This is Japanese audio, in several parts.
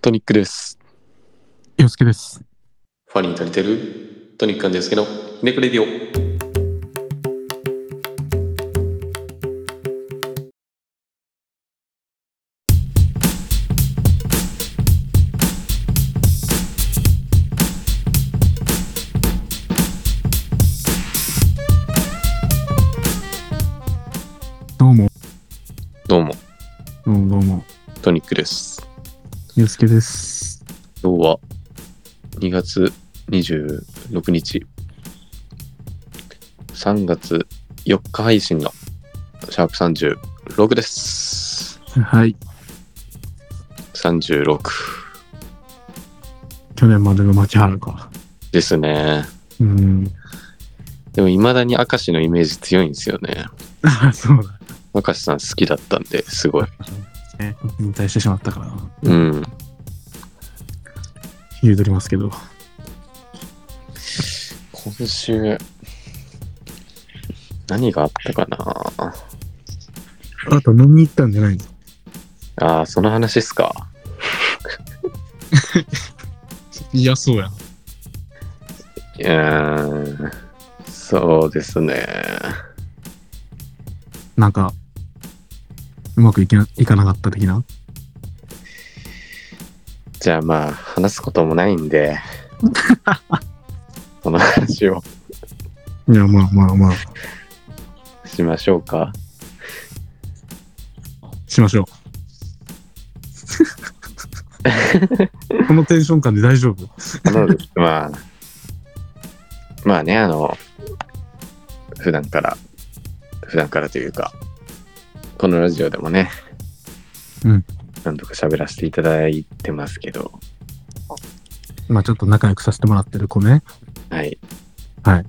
トニックです。洋介です。ファニーと似てるトニックなんですけど、ひねくれディオ。どうも、どうも、どうもどうも、トニックです。洋介です。今日は2月26日、3月4日配信のシャープ36です。はい、 36去年までの牧原か。ですね。うん。 でも未だに明石のイメージ強いんですよね。あそうだ。明石さん好きだったんで、すごい。ね、引退してしまったから、うん。言うとりますけど。今週、何があったかなあと飲みに行ったんじゃないのああ、その話っすか。いや、そうや。うーん、そうですね。なんか、うまくいけないかなかった的な。じゃあまあ、話すこともないん で、この話をいや、まあまあまあ、しましょうか。しましょ う。このテンション感で大丈夫あのまあ、まあね、あの、普段から、普段からというか、このラジオでもね、うん何度か喋らせていただいてますけど、まあちょっと仲良くさせてもらってる子ね。はい。はい。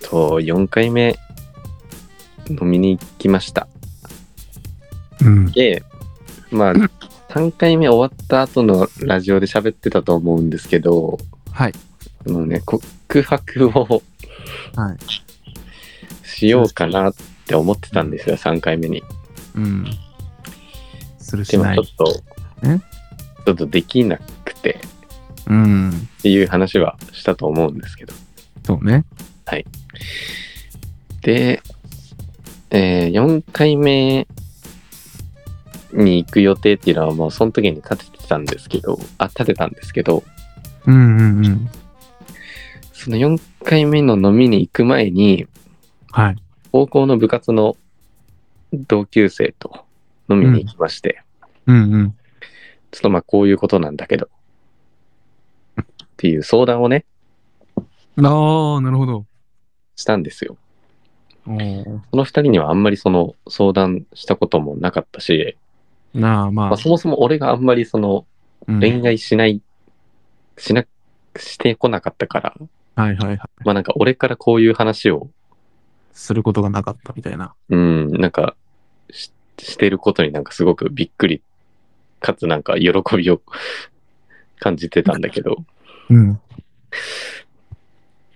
と、4回目、飲みに行きました。うん。で、 まあ、3回目終わった後のラジオで喋ってたと思うんですけど、はい。あのね、告白をはい。しようかなって思ってたんですよ、3回目に。うん。するでもちょっと、えちょっとできなくてうん。っていう話はしたと思うんですけど。そうね。で、え4回目に行く予定っていうのはもうその時に立ててたんですけど、あ、立てたんですけど、うんうんうん。その4回目の飲みに行く前に、はい。高校の部活の同級生と飲みに行きまして、うんうん。ちょっとまあこういうことなんだけど、っていう相談をね、ああ、なるほど。したんですよ。おーその二人にはあんまりその相談したこともなかったし、なあ、ままあ、あ。そもそも俺があんまりそのうん恋愛しない、しな、してこなかったから、はいはいはい。まあなんか俺からこういう話を、することがなかったみたいな。うん、なんかし、してることになんかすごくびっくり、かつなんか喜びを 感じてたんだけど、うん。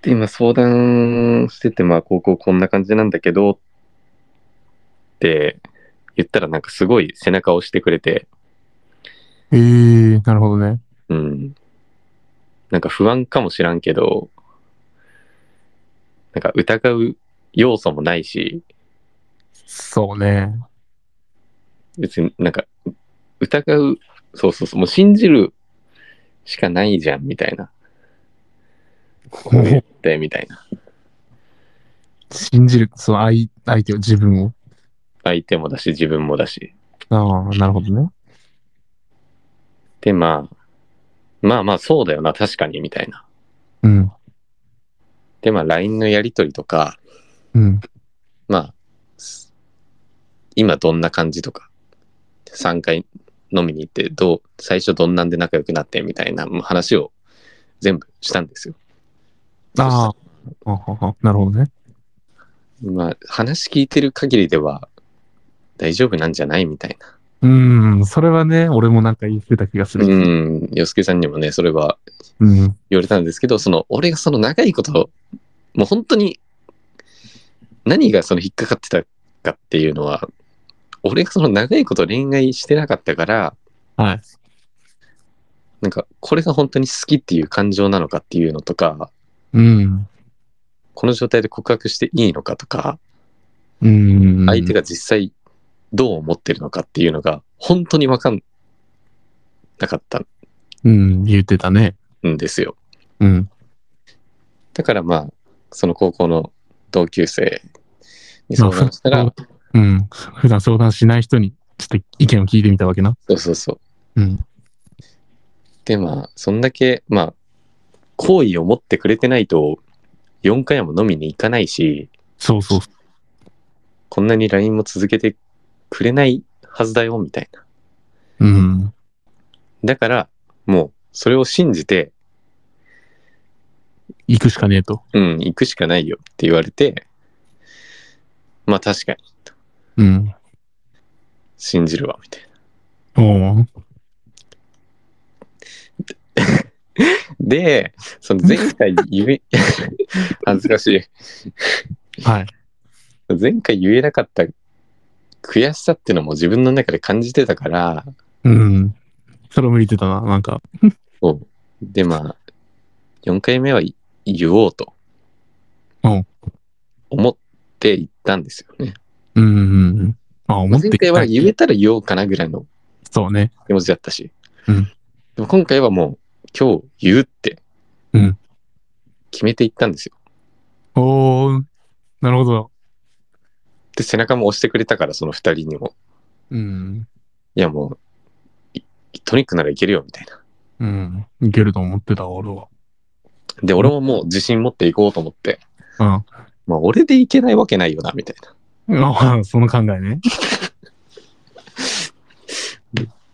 で、今相談してて、まあ、高校こんな感じなんだけど、って言ったら、なんかすごい背中を押してくれて、ええなるほどね。うん。なんか不安かもしらんけど、なんか疑う要素もないし、そうね。別になんか疑う、そうそうそう、もう信じるしかないじゃん、みたいな。こう言って、みたいな。信じる、その相相手を、自分を。相手もだし、自分もだし。ああ、なるほどね。で、まあ、まあまあ、そうだよな、確かに、みたいな。うん。で、まあ、LINE のやりとりとか、うん。まあ、す今どんな感じとか、3回飲みに行って、どう、最初どんなんで仲良くなって、みたいなもう話を全部したんですよ。ああ。あああなるほどね。まあ、話聞いてる限りでは、大丈夫なんじゃないみたいな。うん。それはね、俺もなんか言ってた気がすうる。ん、洋介さんにもね、それはうん。言われたんですけど、その、俺がその長いこと、もう本当に、何がその引っかかってたかっていうのは、俺がその長いこと恋愛してなかったから、はい。なんか、これが本当に好きっていう感情なのかっていうのとか、うん。この状態で告白していいのかとか、うん。相手がが。実際どう思ってるのかっていうのが、本当にわかんなかったうん、言ってたね。んですよ。うん。だからまあ、その高校の同級生にまあ相談したら、うん。普段相談しない人に、ちょっと意見を聞いてみたわけな。そうそうそう。うん。でまあ、そんだけ、まあ、好意を持ってくれてないと、4回も飲みに行かないし、そうそう。こんなに LINE も続けてくれないはずだよ、みたいな。うん。だから、もう、それを信じて、行くしかねえと。うん、行くしかないよって言われて、まあ確かに、うん。信じるわ、みたいな。おうで、その前回言え、 恥ずかしい。はい。前回言えなかった悔しさっていうのも自分の中で感じてたから、うん。それ向いてたな、なんか。そうで、まあ、4回目はい言おうと。うん思って行ったんですよね。うんうんうん。まあ、思って前き回たは言えたら言おうかなぐらいのそうね。気持ちだったし。うんでも今回はもう、今日言うってうん。決めて行ったんですよ。おー、なるほど。で、背中も押してくれたから、その2人にも。うん。いや、もう、いトニックならいけるよ、みたいな。うん。いけると思ってた、俺は。で、俺ももう自信持っていこうと思って。うんまあ、俺でいけないわけないよな、みたいな。ああ、その考えね。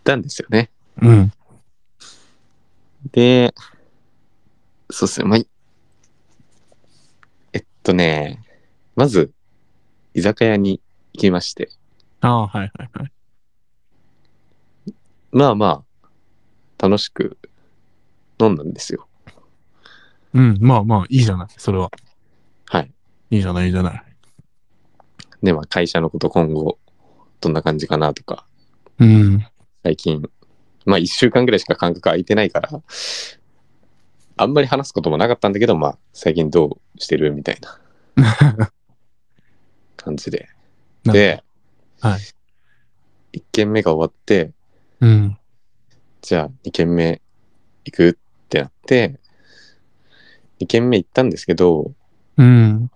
たんですよね。うん。で、そうですね、まあ、いえっとね、まず、居酒屋に行きまして、ああ、はいはいはい。まあまあ、楽しく飲んだんですよ。うん。まあまあ、いいじゃない、それは。はい。いいじゃない、いいじゃない。で、まあ、会社のこと今後、どんな感じかなとか、 うん。最近、まあ、1週間ぐらいしか間隔空いてないから、あんまり話すこともなかったんだけど、まあ、最近どうしてるみたいな感じで。で、はい1軒目が終わって、うん。じゃあ2軒目行くってなって、2軒目行ったんですけど、うん。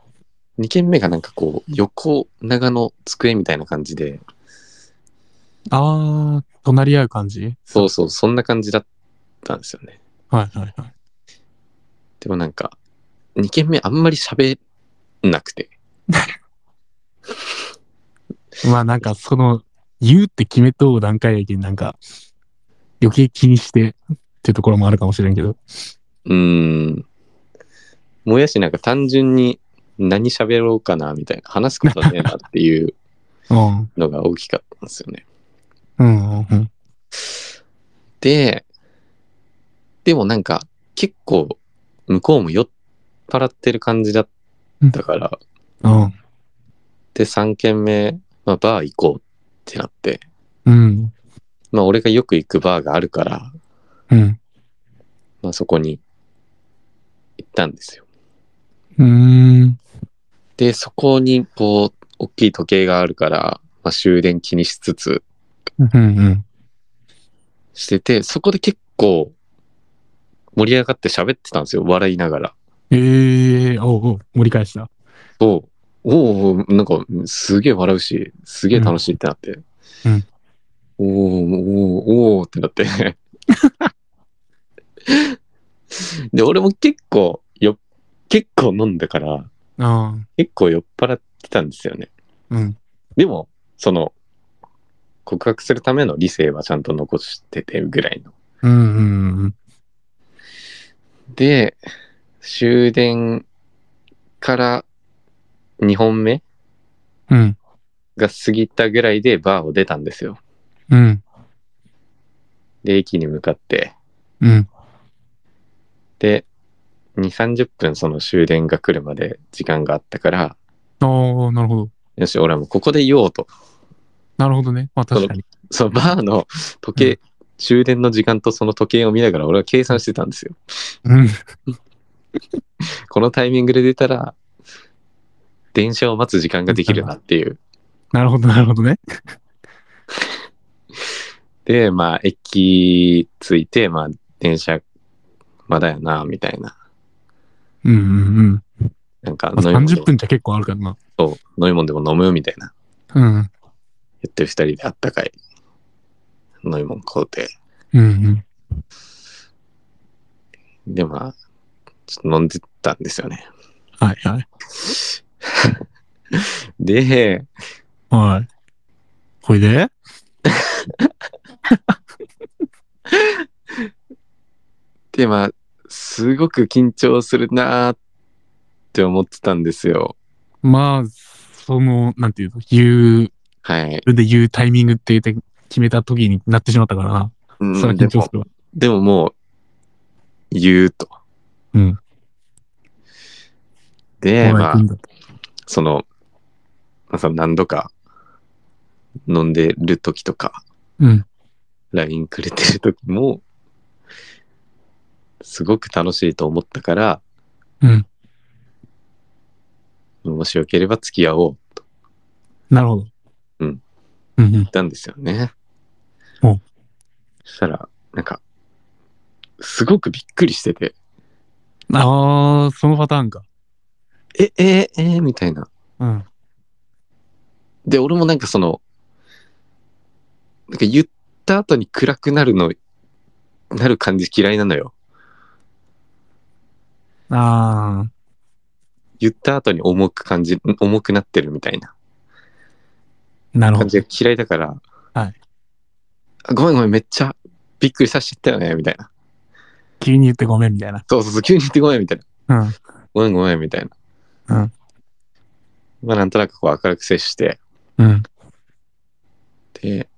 2軒目がなんかこう、横長の机みたいな感じで、ああ、隣り合う感じそうそう、そんな感じだったんですよね。はいはいはい。でもなんか、2軒目あんまり喋んなくて、まあなんか、その、言うって決めとう段階やけん、なんか、余計気にしてっていうところもあるかもしれんけど。うーん、もやしなんか単純に何喋ろうかなみたいな、話すことねえなっていううん。のが大きかったんですよね。うんうんうん。で、でもなんか結構向こうも酔っ払ってる感じだったから、うん。で3軒目、まあ、バー行こうってなって、うん。まあ俺がよく行くバーがあるから、うん。まあそこに行ったんですよ。うん。で、そこにこう、大きい時計があるから、まあ終電気にしつつうんうん。してて、そこで結構盛り上がって喋ってたんですよ、笑いながら。ええおうおう、盛り返した。そう。おうおう、なんか、すげえ笑うし、すげえ楽しいってなって。うんおおおおおおってなって。で、俺も結構、よ、結構飲んだから、あ結構酔っ払ってたんですよね。あ、うん。でも、その、告白するための理性はちゃんと残しててぐらいの。うんうんうん。で、終電から2本目うん。が過ぎたぐらいでバーを出たんですよ。うん。で、駅に向かって、うん。で、2、30分その終電が来るまで時間があったから、ああ、なるほど。よし、俺はもうここでいようと。なるほどね。まあ確かに。そのバーの時計、終電の時間とその時計を見ながら俺は計算してたんですよ。うん。このタイミングで出たら、電車を待つ時間ができるなっていう。なるほど、なるほどね。で、まあ、駅着いて、まあ、電車、まだやな、みたいな。うんうんうん。なんかまあ飲み物で30も分じゃ結構あるからな。そう、飲み物でも飲むみたいな。うん。言ってる二人であったかい飲み物買うて。うんうん。で、まあ、ちょっと飲んでたんですよね。はいはい。で、はい。ほいでで、まあ、すごく緊張するなーって思ってたんですよ。まあ、その、なんていうの、言はい。う、で言うタイミングって言って決めた時になってしまったからな。うんそれは緊張するわ。でももう、言うと。うん。で、お前まあ行く、んだその、まあ、その何度か飲んでる時とか、うん。 LINE くれてる時も、すごく楽しいと思ったから、うん。もしよければ付き合おうとなるほど。うん。うんうん言っ。たんですよね。おそしたら、なんか、すごくびっくりしてて、ああ、そのパターンか。え、えー、えー、みたいな。うん。で、俺もなんかその、なんか言った後に暗くなるの、なる感じ嫌いなのよ。ああ、言った後に重く感じ、重くなってるみたいななるほ感どじ。が嫌いだから、はいあ。ごめんごめん、めっちゃびっくりさせちゃったよね、みたいな。急に言ってごめんみたいな。そうそうそう、急に言ってごめん、みたいな。うん。ごめんごめん、みたいな。うん。まあ、なんとなくこう明るく接して、うん。で、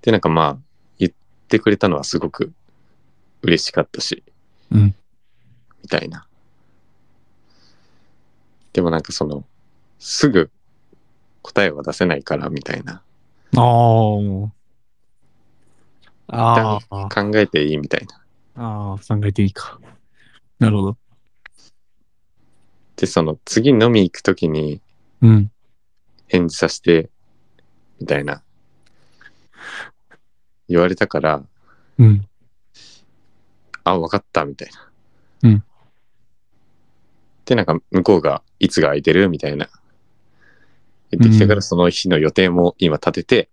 で、なんかまあ、言ってくれたのはすごく嬉しかったし、うんみたいな。でもなんかその、すぐ答えは出せないから、みたいな。ああ。ああ。考えていいみたいな。ああ、考えていいか。なるほど。で、その、次飲み行くときにうん。返事させて、みたいな。言われたから、うん。あ、わかった、みたいな。うん。で、なんか、向こうが、いつが空いてるみたいな。言ってきたかうら、んその日の予定も今立てて、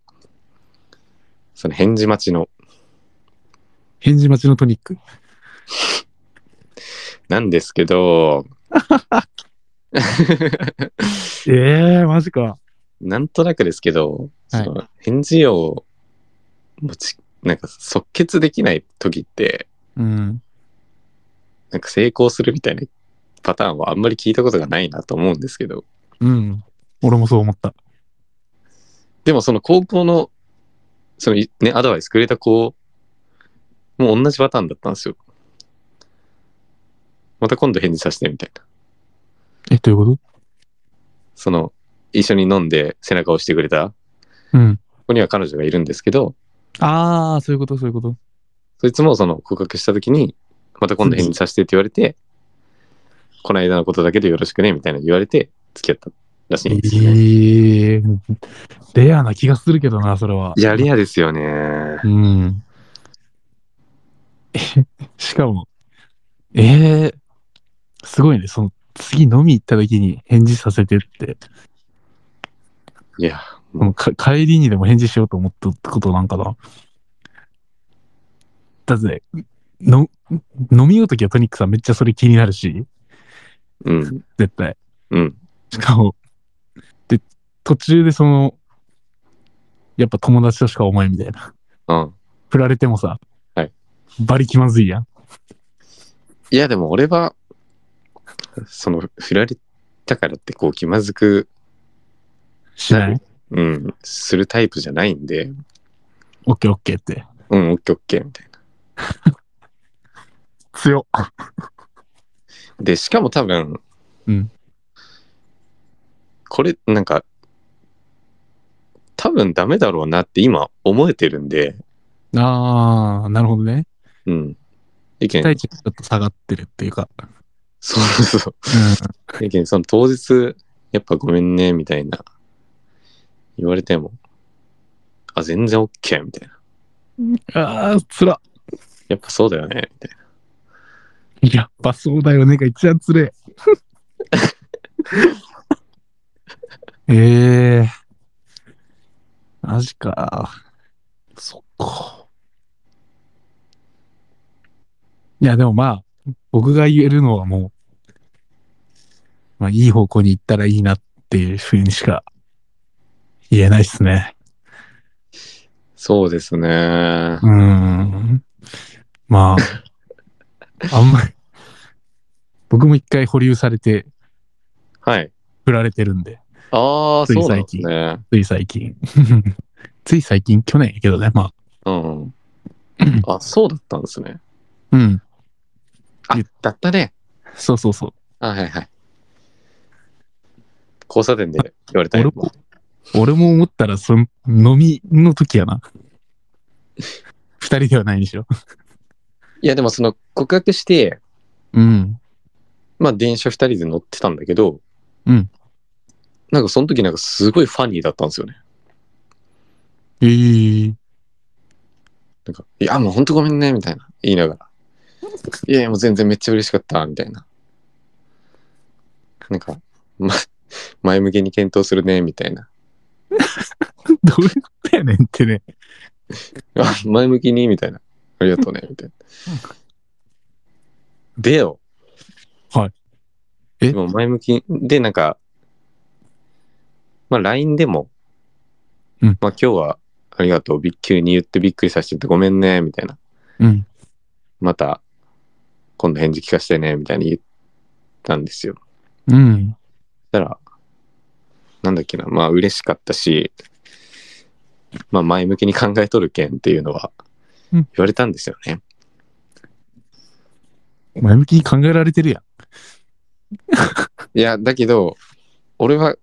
その返事待ちの、返事待ちのトニック。なんですけ ど、ええマジか。なんとなくですけど、はいその返事を持ち、なんか即決できない時って、うん。なんか成功するみたいなパターンはあんまり聞いたことがないなと思うんですけど、うん。俺もそう思った。でもその高校の、そのいね、アドバイスくれた子、もう同じパターンだったんですよ。また今度返事させてみたいな。え、どういうこその、一緒に飲んで背中を押してくれたとうん。子には彼女がいるんですけど、ああ、そういうこと、そういうこと。そいつもその告白した時に、また今度返事させてって言われて、この間のことだけでよろしくね、みたいな言われて付き合ったらしいんですよね。ええレアな気がするけどな、それは。いや、レアですよね。うん。えしかも、ええすごいね。その、次飲み行った時に返事させてって、いや、このか帰りにでも返事しようと思ったってことなんかな。だって、の、飲みようときはトニックさんめっちゃそれ気になるし、うん、絶対。うん、しかも、で、途中でその、やっぱ友達としか思えんみたいな。うん。振られてもさ、はいバリ気まずいやん。いや、でも俺は、その、振られたからって、こう、気まずく、しない。うん、するタイプじゃないんで、オッケーオッケーって。うん、オッケーオッケーみたいな。強っ。で、しかも多分、うんこれ、なんか、多分ダメだろうなって今思えてるんで、ああ、なるほどね。うん。意見、期待値がちょっと下がってるっていうか。そうそうそう。意見、その当日、やっぱごめんね、みたいな、言われても、あ、全然 OK、みたいな。うん、ああ、つら。やっぱそうだよね、みたいな。やっぱそうだよねが一番つれ え。ええマジか。そっか。いや、でもまあ、僕が言えるのはもう、まあ、いい方向に行ったらいいなっていうふうにしか言えないですね。そうですね。うーんまあ、あんまり、僕も一回保留されて、はい。振られてるんで、ああ、ついそうなん最です近ね。つい最近。 つい最近、去年やけどね、まあ。 うん。あ、そうだったんですね。うん。あえ、だったね。そうそうそう。あ、はいはい。交差点で言われた俺よ。も、俺も思ったら、その、飲みの時やな。二人ではないにしろ。いや、でもその告白して、うん。まあ電車二人で乗ってたんだけど、うん。なんかその時なんかすごいファニーだったんですよね。えー、なんか、いや、もうほんとごめんね、みたいな。言いながら。いやいや、もう全然めっちゃ嬉しかった、みたいな。なんか、ま、前向きに検討するね、みたいな。 どういうことやねんってね。あ、前向きに、みたいな。ありがとうね、みたいな。でよ。はい。えでも前向きで、なんか、まあ、LINE でも、うんまあ、今日は、ありがとう、びっ急に言ってびっくりさせちゃってごめんね、みたいな。うん。また、今度返事聞かせてね、みたいに言ったんですよ。うん。そしたら、なんだっけな、まあ、嬉しかったし、まあ、前向きに考えとるけんっていうのは、う言んわれたんですよね。前向きに考えられてるやん。いや、だけど、俺は、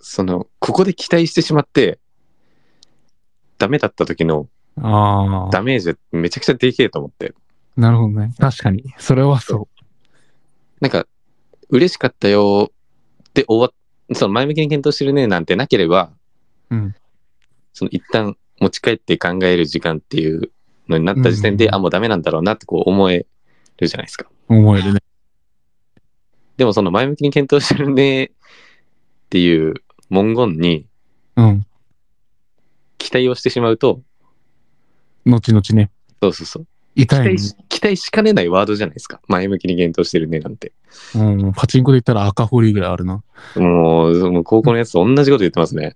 その、ここで期待してしまって、ダメだった時のあダメージがめちゃくちゃでけえと思って。あ。なるほどね。確かに。それはそう。なんか、嬉しかったよで終わっ、その前向きに検討してるねなんてなければ、うんその一旦持ち帰って考える時間っていうのになった時点で、うんあ、もうダメなんだろうなってこう思えるじゃないですか。思えるね。でもその前向きに検討してるねっていう文言にうん。期待をしてしまうと、後々ね。そうそうそう。期痛い、ね待し、期待しかねないワードじゃないですか。前向きに検討してるねなんて。うん。パチンコで言ったら赤堀ぐらいあるな。もう、もう高校のやつと同じこと言ってますね。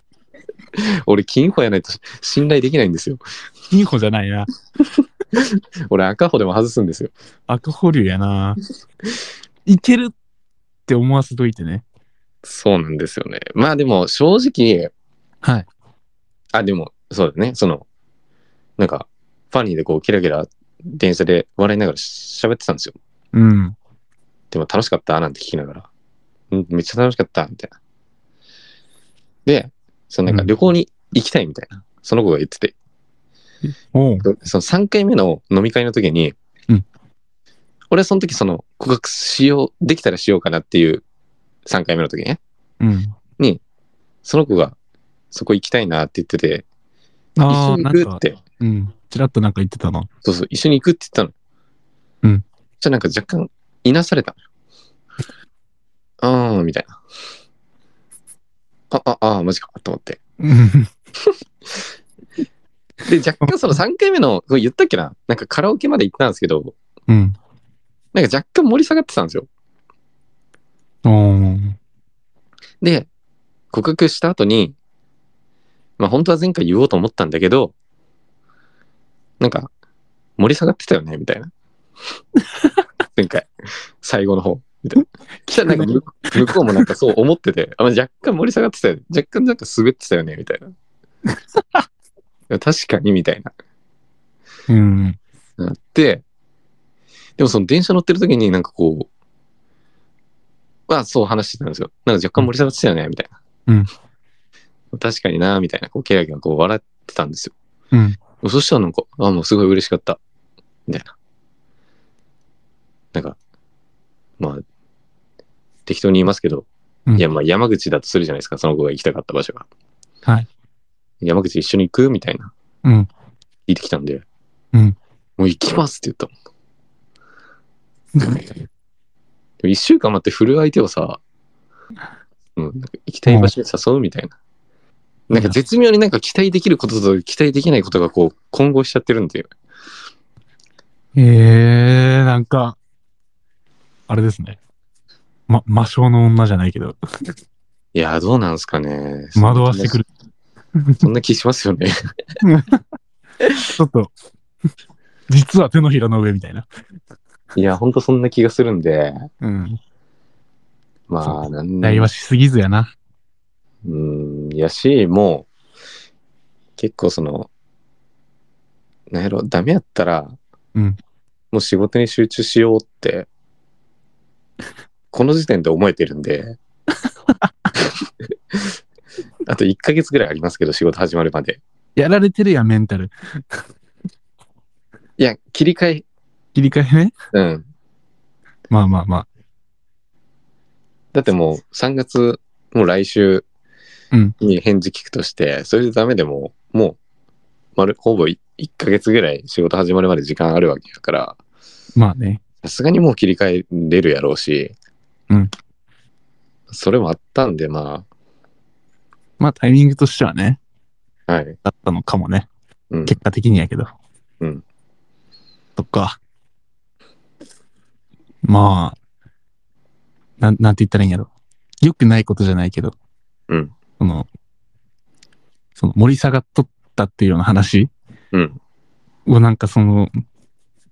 俺、金穂やないと信頼できないんですよ。いい方じゃないな。俺、赤穂でも外すんですよ。赤堀やな。いけるって思わせといてね。そうなんですよね。まあでも、正直、はい。あ、でも、そうだね。その、なんか、ファニーでこう、キラキラ、電車で笑いながら喋ってたんですよ。うん。でも楽しかったなんて聞きながら。うん、めっちゃ楽しかったみたいな。で、そのなんかうん旅行に行きたいみたいな、その子が言ってて、おう。その3回目の飲み会の時に、うん俺はその時その告白しよう、できたらしようかなっていう3回目の時ね、うん。その子がそこ行きたいなって言ってて、一あ緒あ、にな行くんっか、て、うん。ちらっとなんか言ってたな。そうそう、一緒に行くって言ったの。うん。じゃあなんか若干、いなされたのよ。あー、みたいな。あ、あ、あー、マジか、と思って。うん。で、若干その3回目の、これ言ったっけななんかカラオケまで行ったんですけど、うん。なんか若干盛り下がってたんですよ。おーで、告白した後に、まあ本当は前回言おうと思ったんだけど、なんか、盛り下がってたよねみたいな。 前回、最後の方、みたいな。したらなんか向向こうもなんかそう思ってて、あまあ若干盛り下がってたよね。若干なんか滑ってたよねみたいな。いや確かに、みたいな。 うん。なって、でもその電車乗ってる時になんかこう、はそう話してたんですよ。なんか若干盛り下がってたよね、みたいな。うん確かにな、みたいな、こう、ケラケラこう笑ってたんですよ。うん。そしたらなんか、あ、もうすごい嬉しかった。みたいな。なんか、まあ、適当に言いますけど、うんいや、まあ山口だとするじゃないですか、その子が行きたかった場所が。はい。山口一緒に行くみたいな。うん。聞いてきたんで、うん。もう行きますって言ったもん。でも一週間待って振る相手をさ、うん、なんか行きたい場所に誘うみたいな。うんなんか絶妙になんか期待できることと期待できないことがこう混合しちゃってるんで、えー、なんか、あれですね。ま、魔性の女じゃないけど、いやー、どうなんすかね。惑わしてくる。そんな気しますよね。ちょっと、 実は手のひらの上みたいな。いや、ほんとそんな気がするんで、うん。まそあ、なん対話しすぎずやな。うん、やし、もう、結構その、なんやろ、ダメやったら、うんもう仕事に集中しようって、この時点で思えてるん で、あと1ヶ月ぐらいありますけど、仕事始まるまで。やられてるやん、メンタル。いや、切り替え、切り替えね。うん。まあまあまあ。だってもう3月、もう来週うんに返事聞くとして、それでダメでも、もう、まる、ほぼ1ヶ月ぐらい仕事始まるまで時間あるわけやから、まあね。さすがにもう切り替えれるやろうし、うん。それもあったんで、ままあタイミングとしてはね、あ、はい。だったのかもね。うん。結果的にやけど。うん。そっか。まあ、なん、なんて言ったらいいんやろ。良くないことじゃないけど。うん。その、その盛り下がっとったっていうような話うん。をなんかその、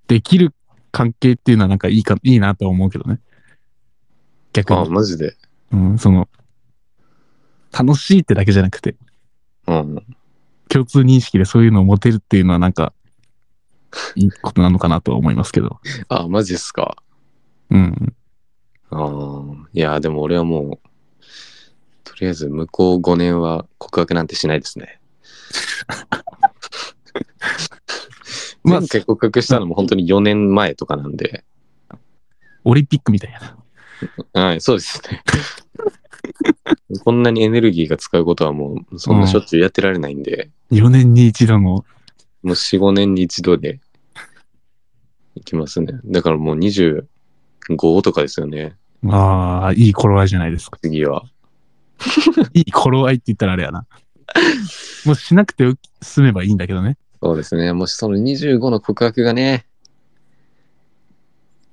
できる関係っていうのはなんかいいか、いいなとは思うけどね。逆ああ、に。マジで。うん、その、楽しいってだけじゃなくて、うん。共通認識でそういうのを持てるっていうのはなんか、いいことなのかなとは思いますけど。ああ、マジっすか。うん。ああ、いや、でも俺はもう、とりあえず向こう5年は告白なんてしないですね。 まあ前回告白したのも本当に4年前とかなんで、オリンピックみたいな。はい、そうですね。こんなにエネルギーが使うことはもう、そんなしょっちゅうやってられないんで、 4年に一度の、もう4、5年に一度で、いきますね。だからもう25とかですよね、ああ、いい頃合いじゃないですか。 次は。いい頃合いって言ったらあれやな。もうしなくて済めばいいんだけどね。そうですね。もしその25の告白がね、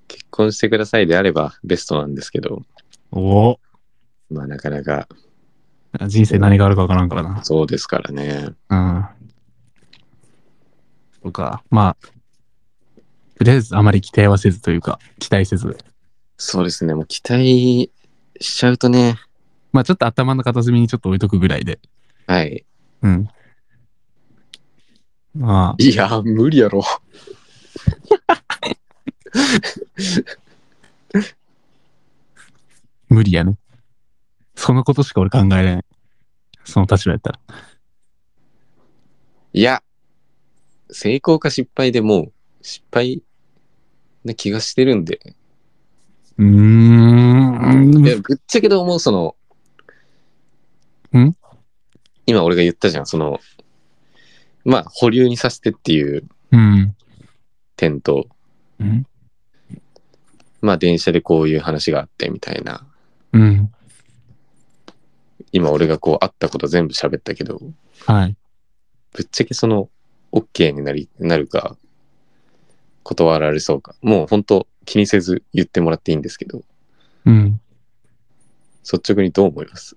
結婚してくださいであればベストなんですけど、おお。まあなかなか人生何があるかわからんからな。そうですからね。うん。そうか。まあ、とりあえずあまり期待はせずというか、期待せず。そうですね。もう期待しちゃうとね、まあちょっと頭の片隅にちょっと置いとくぐらいで。はい。うん。まあ、いやー、無理やろ。無理やね。そのことしか俺考えれない。その立場やったら。いや、成功か失敗でもう失敗な気がしてるんで。うーんい。や、ぶっちゃけど思う、その、ん今俺が言ったじゃん、その、まあ、保留にさせてっていううん。点と、うん。まあ電車でこういう話があってみたいな。うん。今俺がこう会ったこと全部喋ったけど、はい。ぶっちゃけその OK になり、なるか、断られそうか。もう本当気にせず言ってもらっていいんですけど、うん。率直にどう思います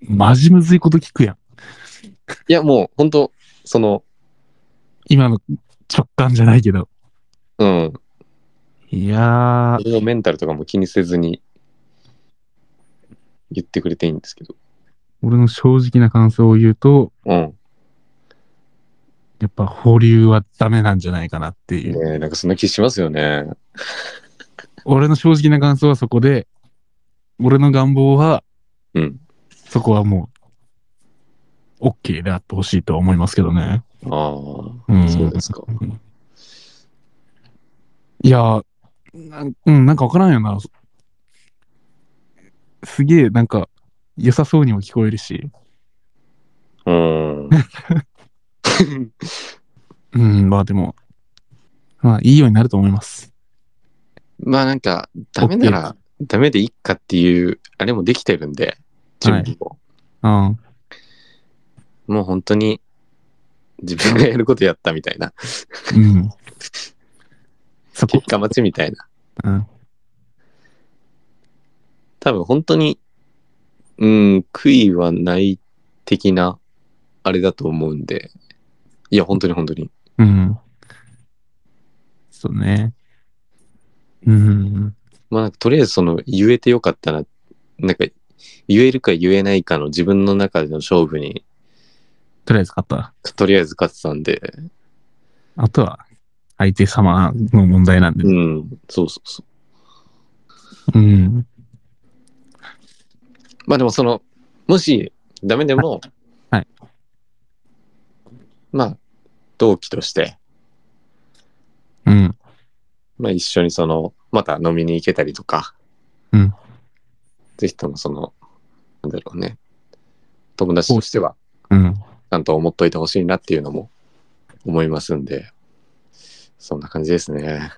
マジむずいこと聞くやん。いやもう本当その、今の直感じゃないけど。うん、いやー、俺のメンタルとかも気にせずに言ってくれていいんですけど、俺の正直な感想を言うと、うん。やっぱ保留はダメなんじゃないかなっていう。ねえなんかそんな気しますよね。俺の正直な感想はそこで、俺の願望は、うん。そこはもう、 OK であってほしいとは思いますけどね。あうあ、ん。そうですか。いや、なんうん、なんかわからんよな。すげえ、なんか、良さそうにも聞こえるし、うん。うん、まあでも、まあいいようになると思います。まあなんか、ダメなら、ダメでいっかっていう、あれもできてるんで、準備も。うん。もう本当に、自分がやることやったみたい な、うん。そこ結、果待ちみたいな。うん。多分本当に、うん、悔いはない的な、あれだと思うんで。いや、本当に本当に。うん。そうね。うん。まあなんか、とりあえずその、言えてよかったな、なんか、言えるか言えないかの自分の中での勝負に、とりあえず勝った。とりあえず勝ってたんで、あとは、相手様の問題なんで。うん、そうそうそう。うん。まあでもその、もしダメでも、はい。まあ、同期として、うん。まあ一緒にその、また飲みに行けたりとか、うん。ぜひともその、なんだろうね、友達としては、うん。ちゃんと思っといてほしいなっていうのも思いますんで、そんな感じです ね。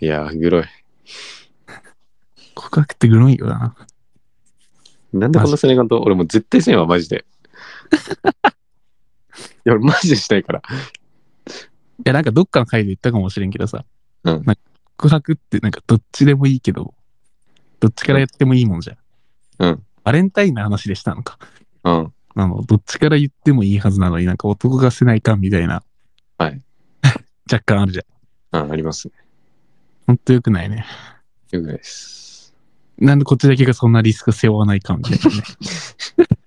いやー、グロい。告白ってグロいよな。なんでこんなセネガンと俺もう絶対せんわ、マジで。いや、俺マジでしたいから。いや、なんかどっかの回で言ったかもしれんけどさ。うんなんか告白ってなんかどっちでもいいけど、どっちからやってもいいもんじゃん。うん。バレンタインの話でしたのか。うん。あの、どっちから言ってもいいはずなのになんか男がせないかんみたいな。はい。 若干あるじゃん。あありますね。ほんとよくないね。よくないです。なんでこっちだけがそんなリスク背負わないかみたいなね。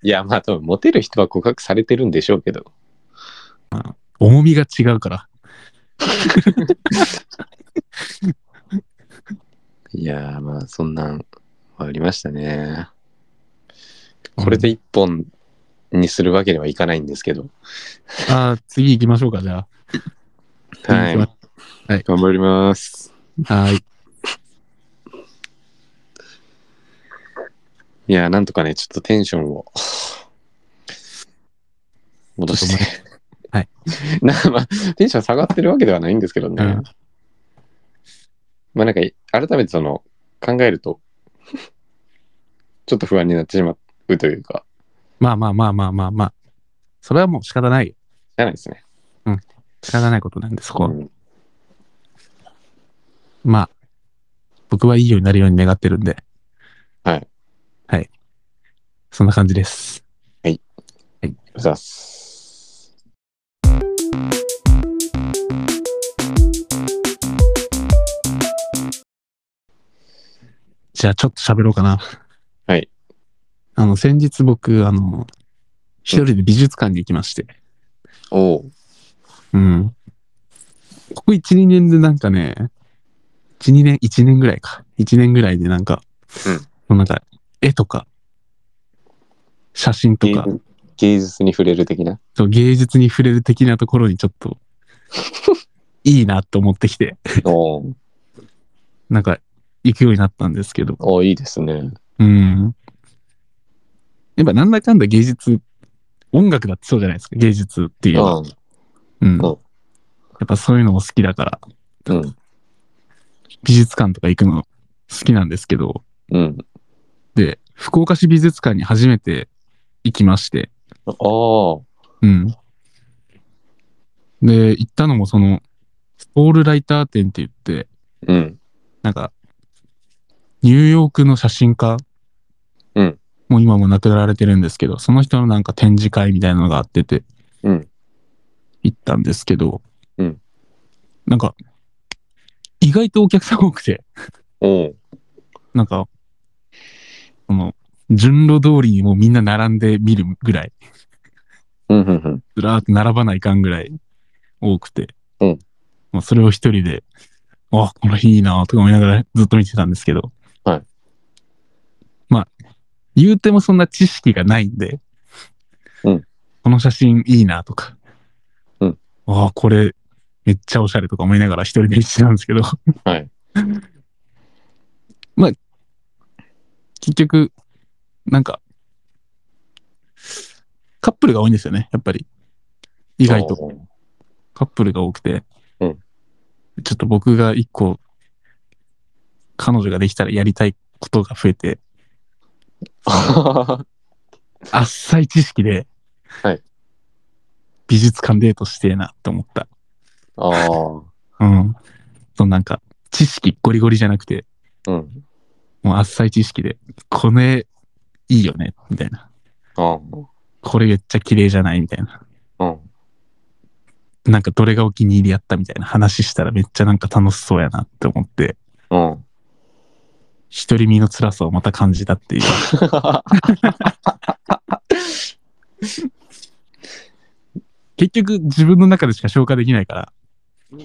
いや、まあ多分、モテる人は告白されてるんでしょうけど。重みが違うから。いやー、まあそんなん、ありましたね。これで一本にするわけにはいかないんですけど。ああ、次行きましょうか、じゃあ。はい。は頑張ります。ーい。いやー、なんとかね、ちょっとテンションを戻して。はい。 なんかまあ、テンション下がってるわけではないんですけどね。うんまあなんか、改めてその、考えると、ちょっと不安になってしまうというか、まあまあまあまあまあまあ。それはもう仕方ないよ。じゃないですね。仕方ないことなんで、そこは。うんまあ、僕はいいようになるように願ってるんで。はい。はい。そんな感じです。ざっす。じゃあちょっと喋ろうかな。はい。あの、先日僕、あの、一人で美術館に行きまして。おう。うん。ここ1、2年でなんかね、1、2年、1年ぐらいか。1年ぐらいでなんか、うん、なんか、絵とか、写真と芸か、芸術に触れる的 な。そう芸術に触れる的なところにちょっ と、いいなと思ってきて、おうなんか、行くようになったんですけど、おういいですね。うん。やっぱなんだかんだ芸術、音楽だってそうじゃないですか、芸術っていうのは。うん。うん。うんやっぱそういうのも好きだかうら、ん。美術館とか行くの好きなんですけど、うん。で、福岡市美術館に初めて行きまして、ああ。うん。で、行ったのもその、オールライター展って言って、うん。なんか、ニューヨークの写真家、うんもう今も亡くなられてるんですけど、その人のなんか展示会みたいなのがあってて、うん。行ったんですけど、うんなんか、意外とお客さん多くて、おう。なんか、その、順路通りにもうみんな並んで見るぐらい、うん。うん。うん。ずらーっと並ばないかんぐらい多くて、うんまあ、それを一人で、あ、この日いいなとか思いながらずっと見てたんですけど、はいまあ、言うてもそんな知識がないんで、うんこの写真いいなとか、うんああ、これめっちゃおしゃれとか思いながら一人でしてたんですけど、はい。 まあ、結局、なんか、カップルが多いんですよね、やっぱり。意外と。と。カップルが多くて、うんちょっと僕が一個、彼女ができたらやりたいことが増えて、あっさい知識で、はい美術館デートしてえなって思った。ああ。うん。そのなんか、知識ゴリゴリじゃなくて、うん。もうあっさい知識で、これいいよね、みたいな。あこれめっちゃ綺麗じゃないみたいな。あ。うん。なんかどれがお気に入りやったみたいな話したらめっちゃなんか楽しそうやなって思って、うん。独り身の辛さをまた感じたっていう。結局自分の中でしか消化できないからうん、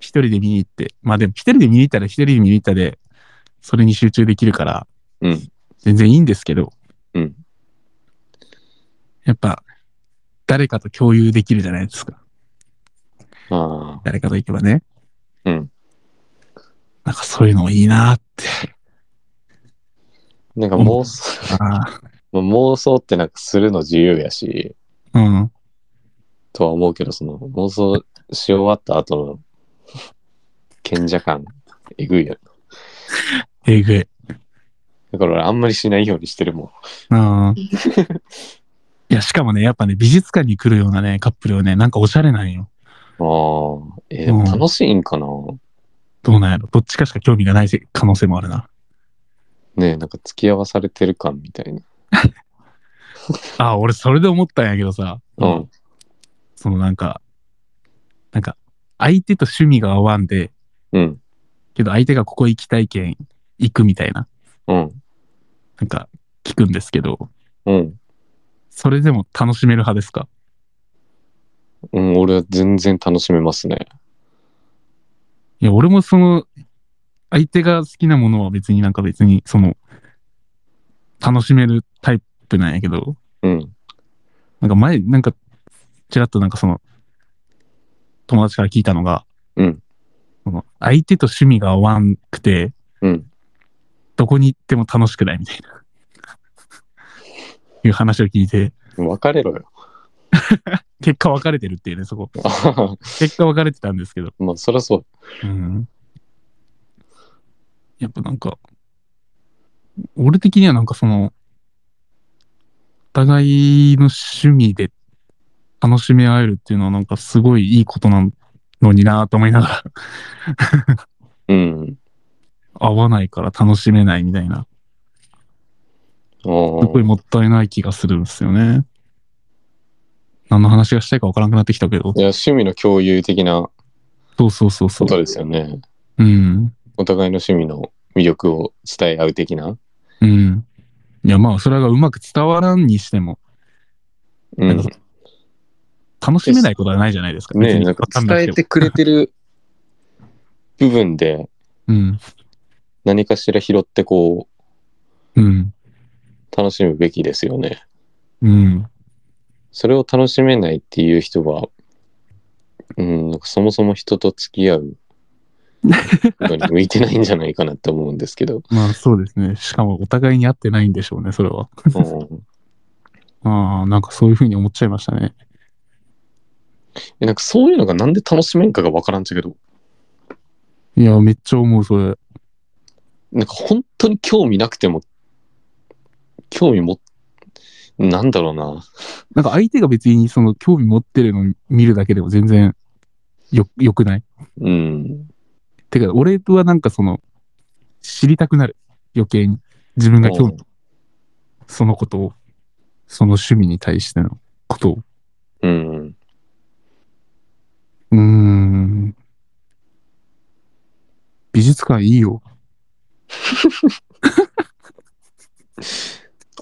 一人で見に行って、まあでも一人で見に行ったら一人で見に行ったで、それに集中できるから、うん。全然いいんですけど、うんやっぱ、誰かと共有できるじゃないですか。あ誰かと行けばね。あ。うん。なんかそういうのもいいなって。なんか妄想、あ妄想ってなんかするの自由やし、あ、うん。とは思うけど、その妄想し終わった後の賢者感、えぐいやろ。えぐい。だから俺あんまりしないようにしてるもん。 うん。いや、しかもね、やっぱね、美術館に来るようなね、カップルはね、なんかおしゃれなんよ。ああ。えー、でうもん楽しいんかな、どうなんやろ。どっちかしか興味がないせ可能性もあるな。ねえ、なんか付き合わされてる感みたいな。あ、俺それで思ったんやけどさ、うん。そのなんか、なんか、相手と趣味が合わんで、うん。けど相手がここ行きたいけん行くみたいな、うん。なんか聞くんですけど、うん。それでも楽しめる派ですかうん、俺は全然楽しめますね。いや、俺もその、相手が好きなものは別になんか別に、その、楽しめるタイプなんやけど、うん。なんか前、なんか、ちらっとなんかその、友達から聞いたのが、うん。その相手と趣味が合わんくて、うん。どこに行っても楽しくないみたいな、いう話を聞いて、別れろよ。 結果別れてるっていうね、そこ。結果別れてたんですけど、まあ、そりゃそう。うん。やっぱなんか、俺的にはなんかその、お互いの趣味で楽しみ合えるっていうのはなんかすごいいいことなのになぁと思いながら、 うん。合わないから楽しめないみたいな、ああすごいもったいない気がするんですよね。何の話がしたいかわからなくなってきたけどい、や、趣味の共有的なそうそうそうそことう。ですよね。うん。お互いの趣味の魅力を伝え合う的な。うん。いやまあそれがうまく伝わらんにしても、うなんん。か楽しめないことはないじゃないですか。ね別え、になんかわんな伝えくもてくれてる部分でうん。何かしら拾ってこうん。う、楽しむべきですよね。うん。それを楽しめないっていう人は、うん、なんかそもそも人と付き合うのに向いてないんじゃないかなって思うんですけど。まあそうですね。しかもお互いに合ってないんでしょうね、それは。うん ああ、なんかそういうふうに思っちゃいましたね。えなんかそういうのがなんで楽しめんかがわからんちゃけど、いや、めっちゃ思う、それ。なんか本当に興味なくても、興味も、なんだろうな。なんか相手が別にその興味持ってるの見るだけでも全然よ、よくないうん。てか、俺はなんかその、知りたくなる。余計に。自分が興味、そのことを、その趣味に対してのことを。うん。うーん。美術館いいよ。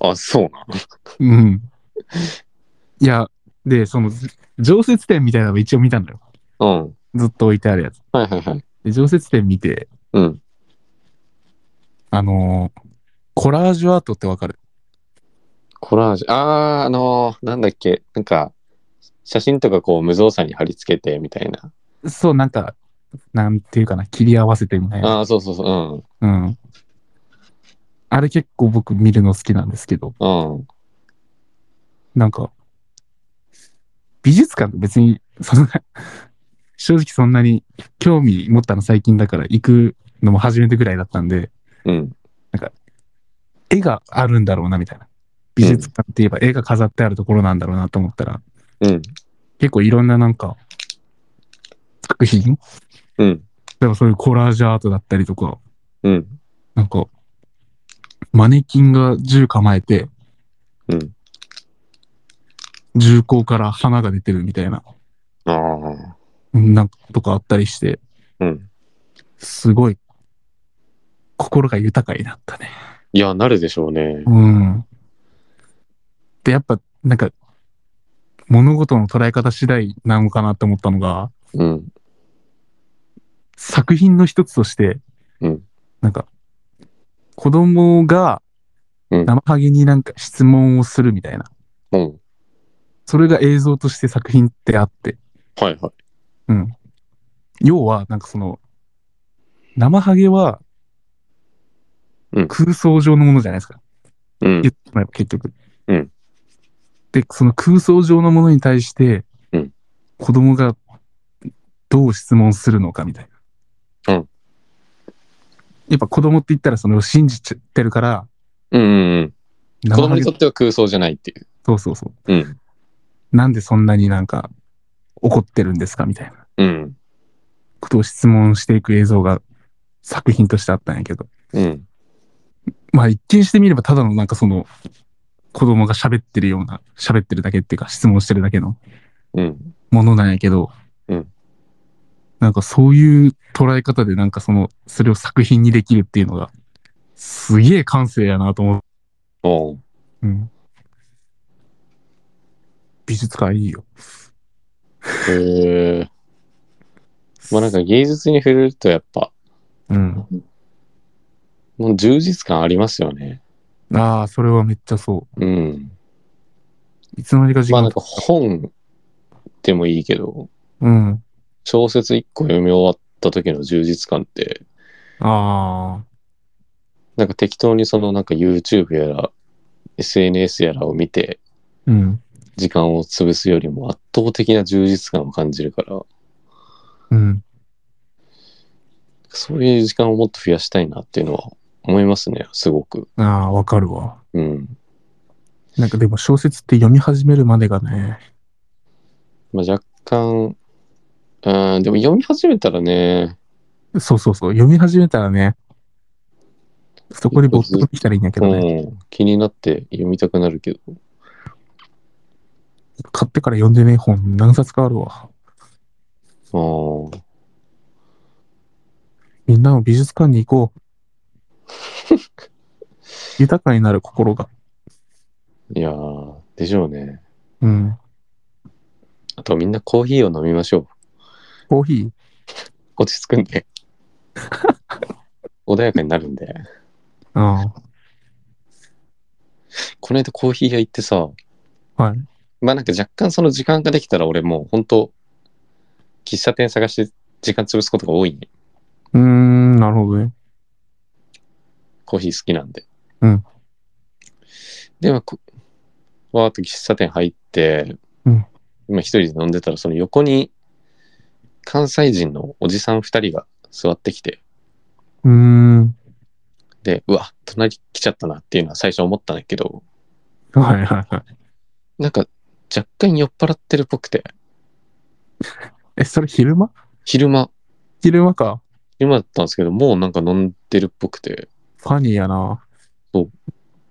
あ、そうな。うん。いや、で、その、ず常設展みたいなのを一応見たのよ。うん。ずっと置いてあるやつ。はいはいはい。で、常設展見て、うん。あのーコラージュアートってわかるコラージュ。あー、あのーなんだっけ、なんか、写真とかこう無造作に貼り付けてみたいな。そう、なんか、なんていうかな、切り合わせてみたいな。あー、そうそうそう、うん。あれ結構僕見るの好きなんですけど、うん、うん。なんか、美術館って別に、そんな、 正直そんなに興味持ったの最近だから行くのも初めてぐらいだったんで、うん。絵があるんだろうなみたいな。美術館って言えば絵が飾ってあるところなんだろうなと思ったら、うん。結構いろんななんか、作品うん。例えばそういうコラージュアートだったりとか、うん。なんか、マネキンが銃構えて、うん。銃口から花が出てるみたいな、あー。なんかとかあったりして、うん。すごい、心が豊かになったね。いや、なるでしょうね。うん。で、やっぱ、なんか、物事の捉え方次第なのかなって思ったのが、うん。作品の一つとして、うんなんか、子供が、うん生ハゲになんか質問をするみたいな。うん。それが映像として作品ってあって。はいはい。うん。要は、なんかその、生ハゲはうん、空想上のものじゃないですか。うん言。ってもらえば結局。うんで、その空想上のものに対して、うん子供がどう質問するのかみたいな。うんやっぱ子供って言ったらそれを信じちゃってるから、うんうんうん。子生供ハゲにとっては空想じゃないっていう。そうそうそう。うん。なんでそんなになんか怒ってるんですかみたいな。うん。ことを質問していく映像が作品としてあったんやけど。うん。まあ一見してみればただのなんかその子供が喋ってるような、喋ってるだけっていうか質問してるだけのうん。ものなんやけど、うんなんかそういう捉え方でなんかその、それを作品にできるっていうのが、すげえ感性やなと思う。おううん。美術館いいよ。へえ。まあなんか芸術に触れるとやっぱ、うん。もう充実感ありますよね。ああ、それはめっちゃそうん。う。いつの間にか時まあ間、なんか本でもいいけど、うん。小説一個読み終わった時の充実感って、あなんか適当にそのなんか YouTube やら SNS やらを見てあ、うん。時間を潰すよりも圧倒的な充実感を感じるから、うん。そういう時間をもっと増やしたいなっていうのは思いますね、すごく。ああ、わかるわ。うん。なんかでも小説って読み始めるまでがね、まあ、若干、うん、でも読み始めたらね、そうそうそう、読み始めたらね、そこに没頭できたらいいんやけどね。うん、気になって読みたくなるけど、買ってから読んでねえ本何冊かあるあわ。ーみんなの美術館に行こう。 豊かになる心が。いやー、でしょうね。うん。あとみんなコーヒーを飲みましょう。コーヒー落ち着くん で。穏やかになるんで。あこの間コーヒー屋行ってさ、あ。はい。まあなんか若干その時間ができたら俺もう本当喫茶店探して時間潰すことが多い、うーん、なるほどね。コーヒー好きなんで。うん。で、まあこわーっと喫茶店入って、うん今一人で飲んでたらその横に関西人のおじさん二人が座ってきて、うーん。で、うわ、隣来ちゃったなっていうのは最初思ったんだけど、はいはいはい。なんか若干酔っ払ってるっぽくて、え、それ昼間昼間、昼間か。昼間だったんですけど、もうなんか飲んでるっぽくて、ファニーやな。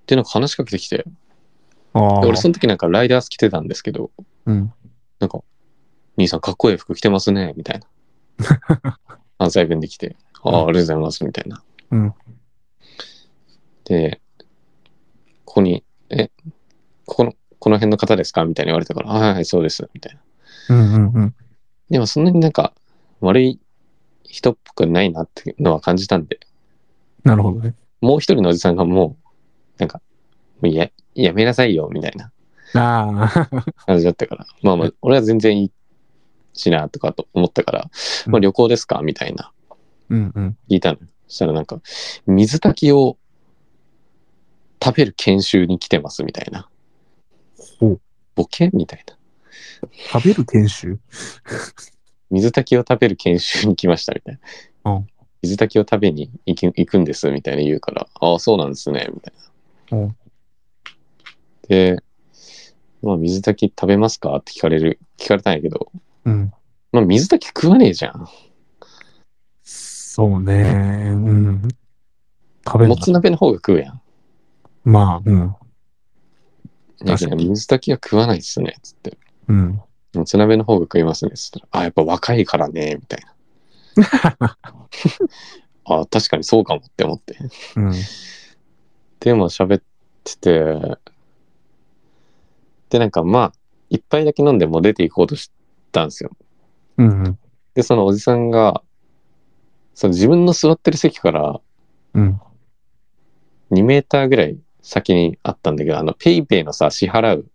で、なんか話しかけてきて、ああで。俺その時なんかライダース着てたんですけど、うん。なんか、兄さんかっこいい服着てますね、みた いな。関西弁で来て、ああ、ありがとうございます、みたいな。うんで、ここに、え、ここの、この辺の方ですかみたいに言われたから、はいはい、そうです、みたいな。うんうんうん。でもそんなになんか悪い人っぽくないなっていうのは感じたんで、なるほどね。もう一人のおじさんがもう、なんか、もういや、やめなさいよ、みたいなあ あ、感じだったから、まあまあ、俺は全然いいしな、とかと思ったから、まうあん旅行ですかみたいな、うんうん。聞いたのよ。そしたらなんか、水炊きを食べる研修に来てます、みたいな。ほうボケみたいな。食べる研修水炊きを食べる研修に来ました、みたいな。うん水炊きを食べに行き行くんです、みたいな言うから、ああ、そうなんですね、みたいな。うんで、まあ、水炊き食べますかって聞かれる、聞かれたんやけど、うん。まあ、水炊き食わねえじゃん。そうね。うん。食べもる。つ鍋の方が食うやん。まあ、うん。だ確けかどに水炊きは食わないっすね、つって。うん。もつ鍋の方が食いますね、つったら、あ、やっぱ若いからね、みたいな。 あ、確かにそうかもって思って。うん。でも喋ってて、で、なんかまあ、一杯だけ飲んでもう出ていこうとしたんですよ。うん。で、そのおじさんが、その自分の座ってる席からうん。 2メーターぐらい先にあったんだけど、あの、ペイペイのさ、支払う、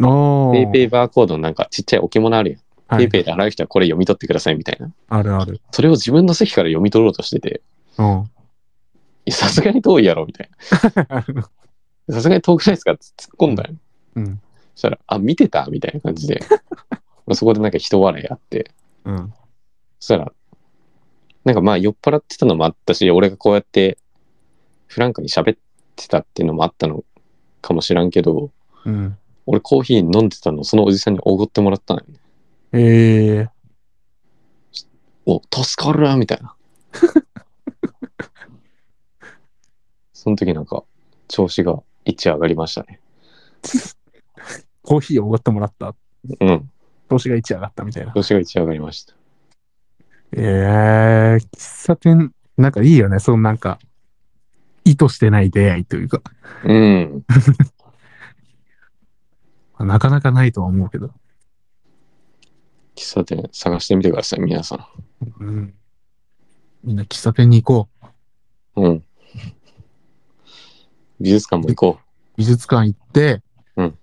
おペイペイイバーコードのなんかちっちゃい置物あるやん。ペイペイで払う人はこれ読み取ってくださいみたいな。あるある。それを自分の席から読み取ろうとしてて、うん。いやさすがに遠いやろ、みたいな。さすがに遠くないですかって突っ込んだよ。うん。そしたら、あ、見てたみたいな感じで。 まあそこでなんか人笑いあって。うん。そしたら、なんかまあ酔っ払ってたのもあったし、俺がこうやってフランクに喋ってたっていうのもあったのかもしらんけど、うん。俺コーヒー飲んでたのそのおじさんにおごってもらったのよ。ええお、助かるな、みたいな。 その時なんか、調子が一上がりましたね。コーヒーをおごってもらった。うん、調子が一上がったみたいな。調子が一上がりました。ええ喫茶店、なんかいいよね。そのなんか、意図してない出会いというか、うん。なかなかないとは思うけど。喫茶店探してみてください、皆さん。うん。みんな喫茶店に行こう。うん。 美術館も行こ美術館行って、うん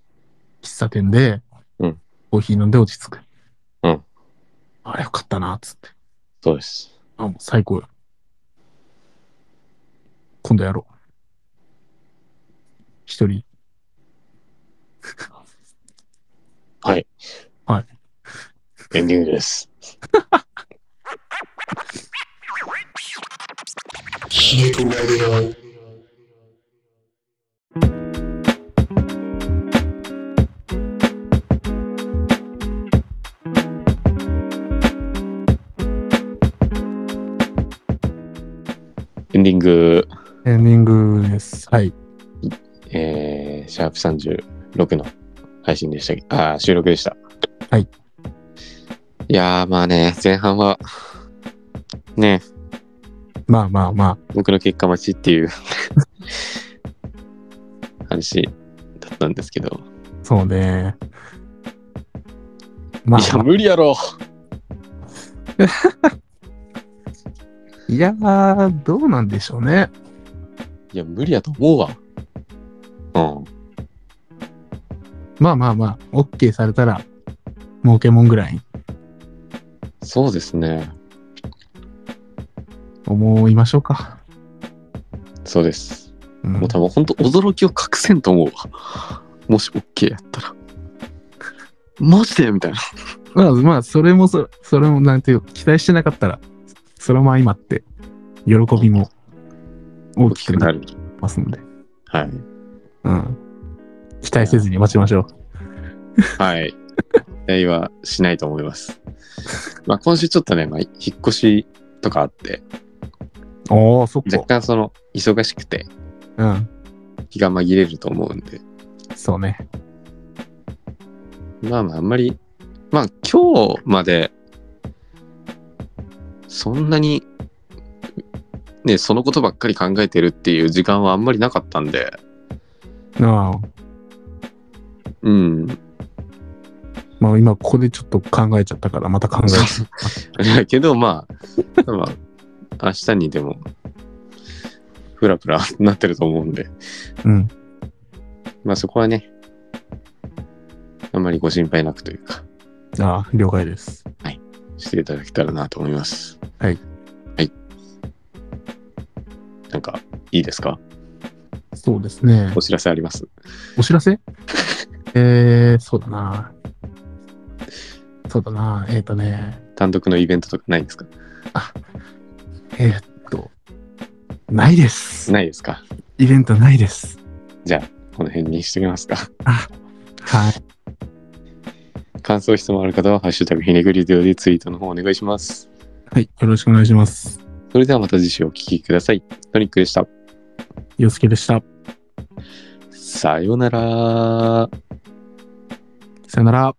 喫茶店で、うんコーヒー飲んで落ち着く。うんあれよかったな、つって。う。そうです。あ、もう最高よ。今度やろう。一人。はい。はい。エンディングです。エンディング、エンディングです。はい。えー、シャープ36の配信でしたけあー、収録でした。はい。いやー、まあね、前半は、ね、まあまあま僕の結果待ちっていう 話だったんですけど、あ、そうね。まあ、いや無理やろいやー、どうなんでしょうね。いや無理やと思うわうまあまあまあ、OK されたら、儲けもんぐらいんそうですね思いましょうか。そうですうんもう多分本当驚きを隠せんと思うわ もし OK やったら マジでみたいなまあまあ、それもそ、それも、なんていう、期待してなかったら、それも相まって、喜びも大きくなりるますので、はいうん。期待せずに待ちましょう。はい期待はしないと思います まあ今週ちょっとね、まあ、引っ越しとかあっておー、そっ若か。干その忙しくてうん。気が紛れると思うんでそうね。まあまあ、あんまり、まあ今日まで、そんなに、ね、そのことばっかり考えてるっていう時間はあんまりなかったんで、ああ、うん。まあ今ここでちょっと考えちゃったから、また考えちゃ う。けどまあ、まあ、明日にでも、ふらふらなってると思うんで、うん。まあそこはね、あんまりご心配なくというか、ああ、了解です。していただけたらなと思います。はい。はい。なんか、いいですかそうですねお。知らせありますお知らせ えー、そうだな。そうだな。えっ、ー、とね、単独のイベントとかないんですかえー、っと、ないです。ないですかイベントないです。この辺にしときますか。 はい。感想質問ある方は、ハッシュタグひねぐりでよりツイートの方お願いします。はい。よろしくお願いします。それではまた次週お聞きください。トニックでした。洋介でした。さようなら。さよなら。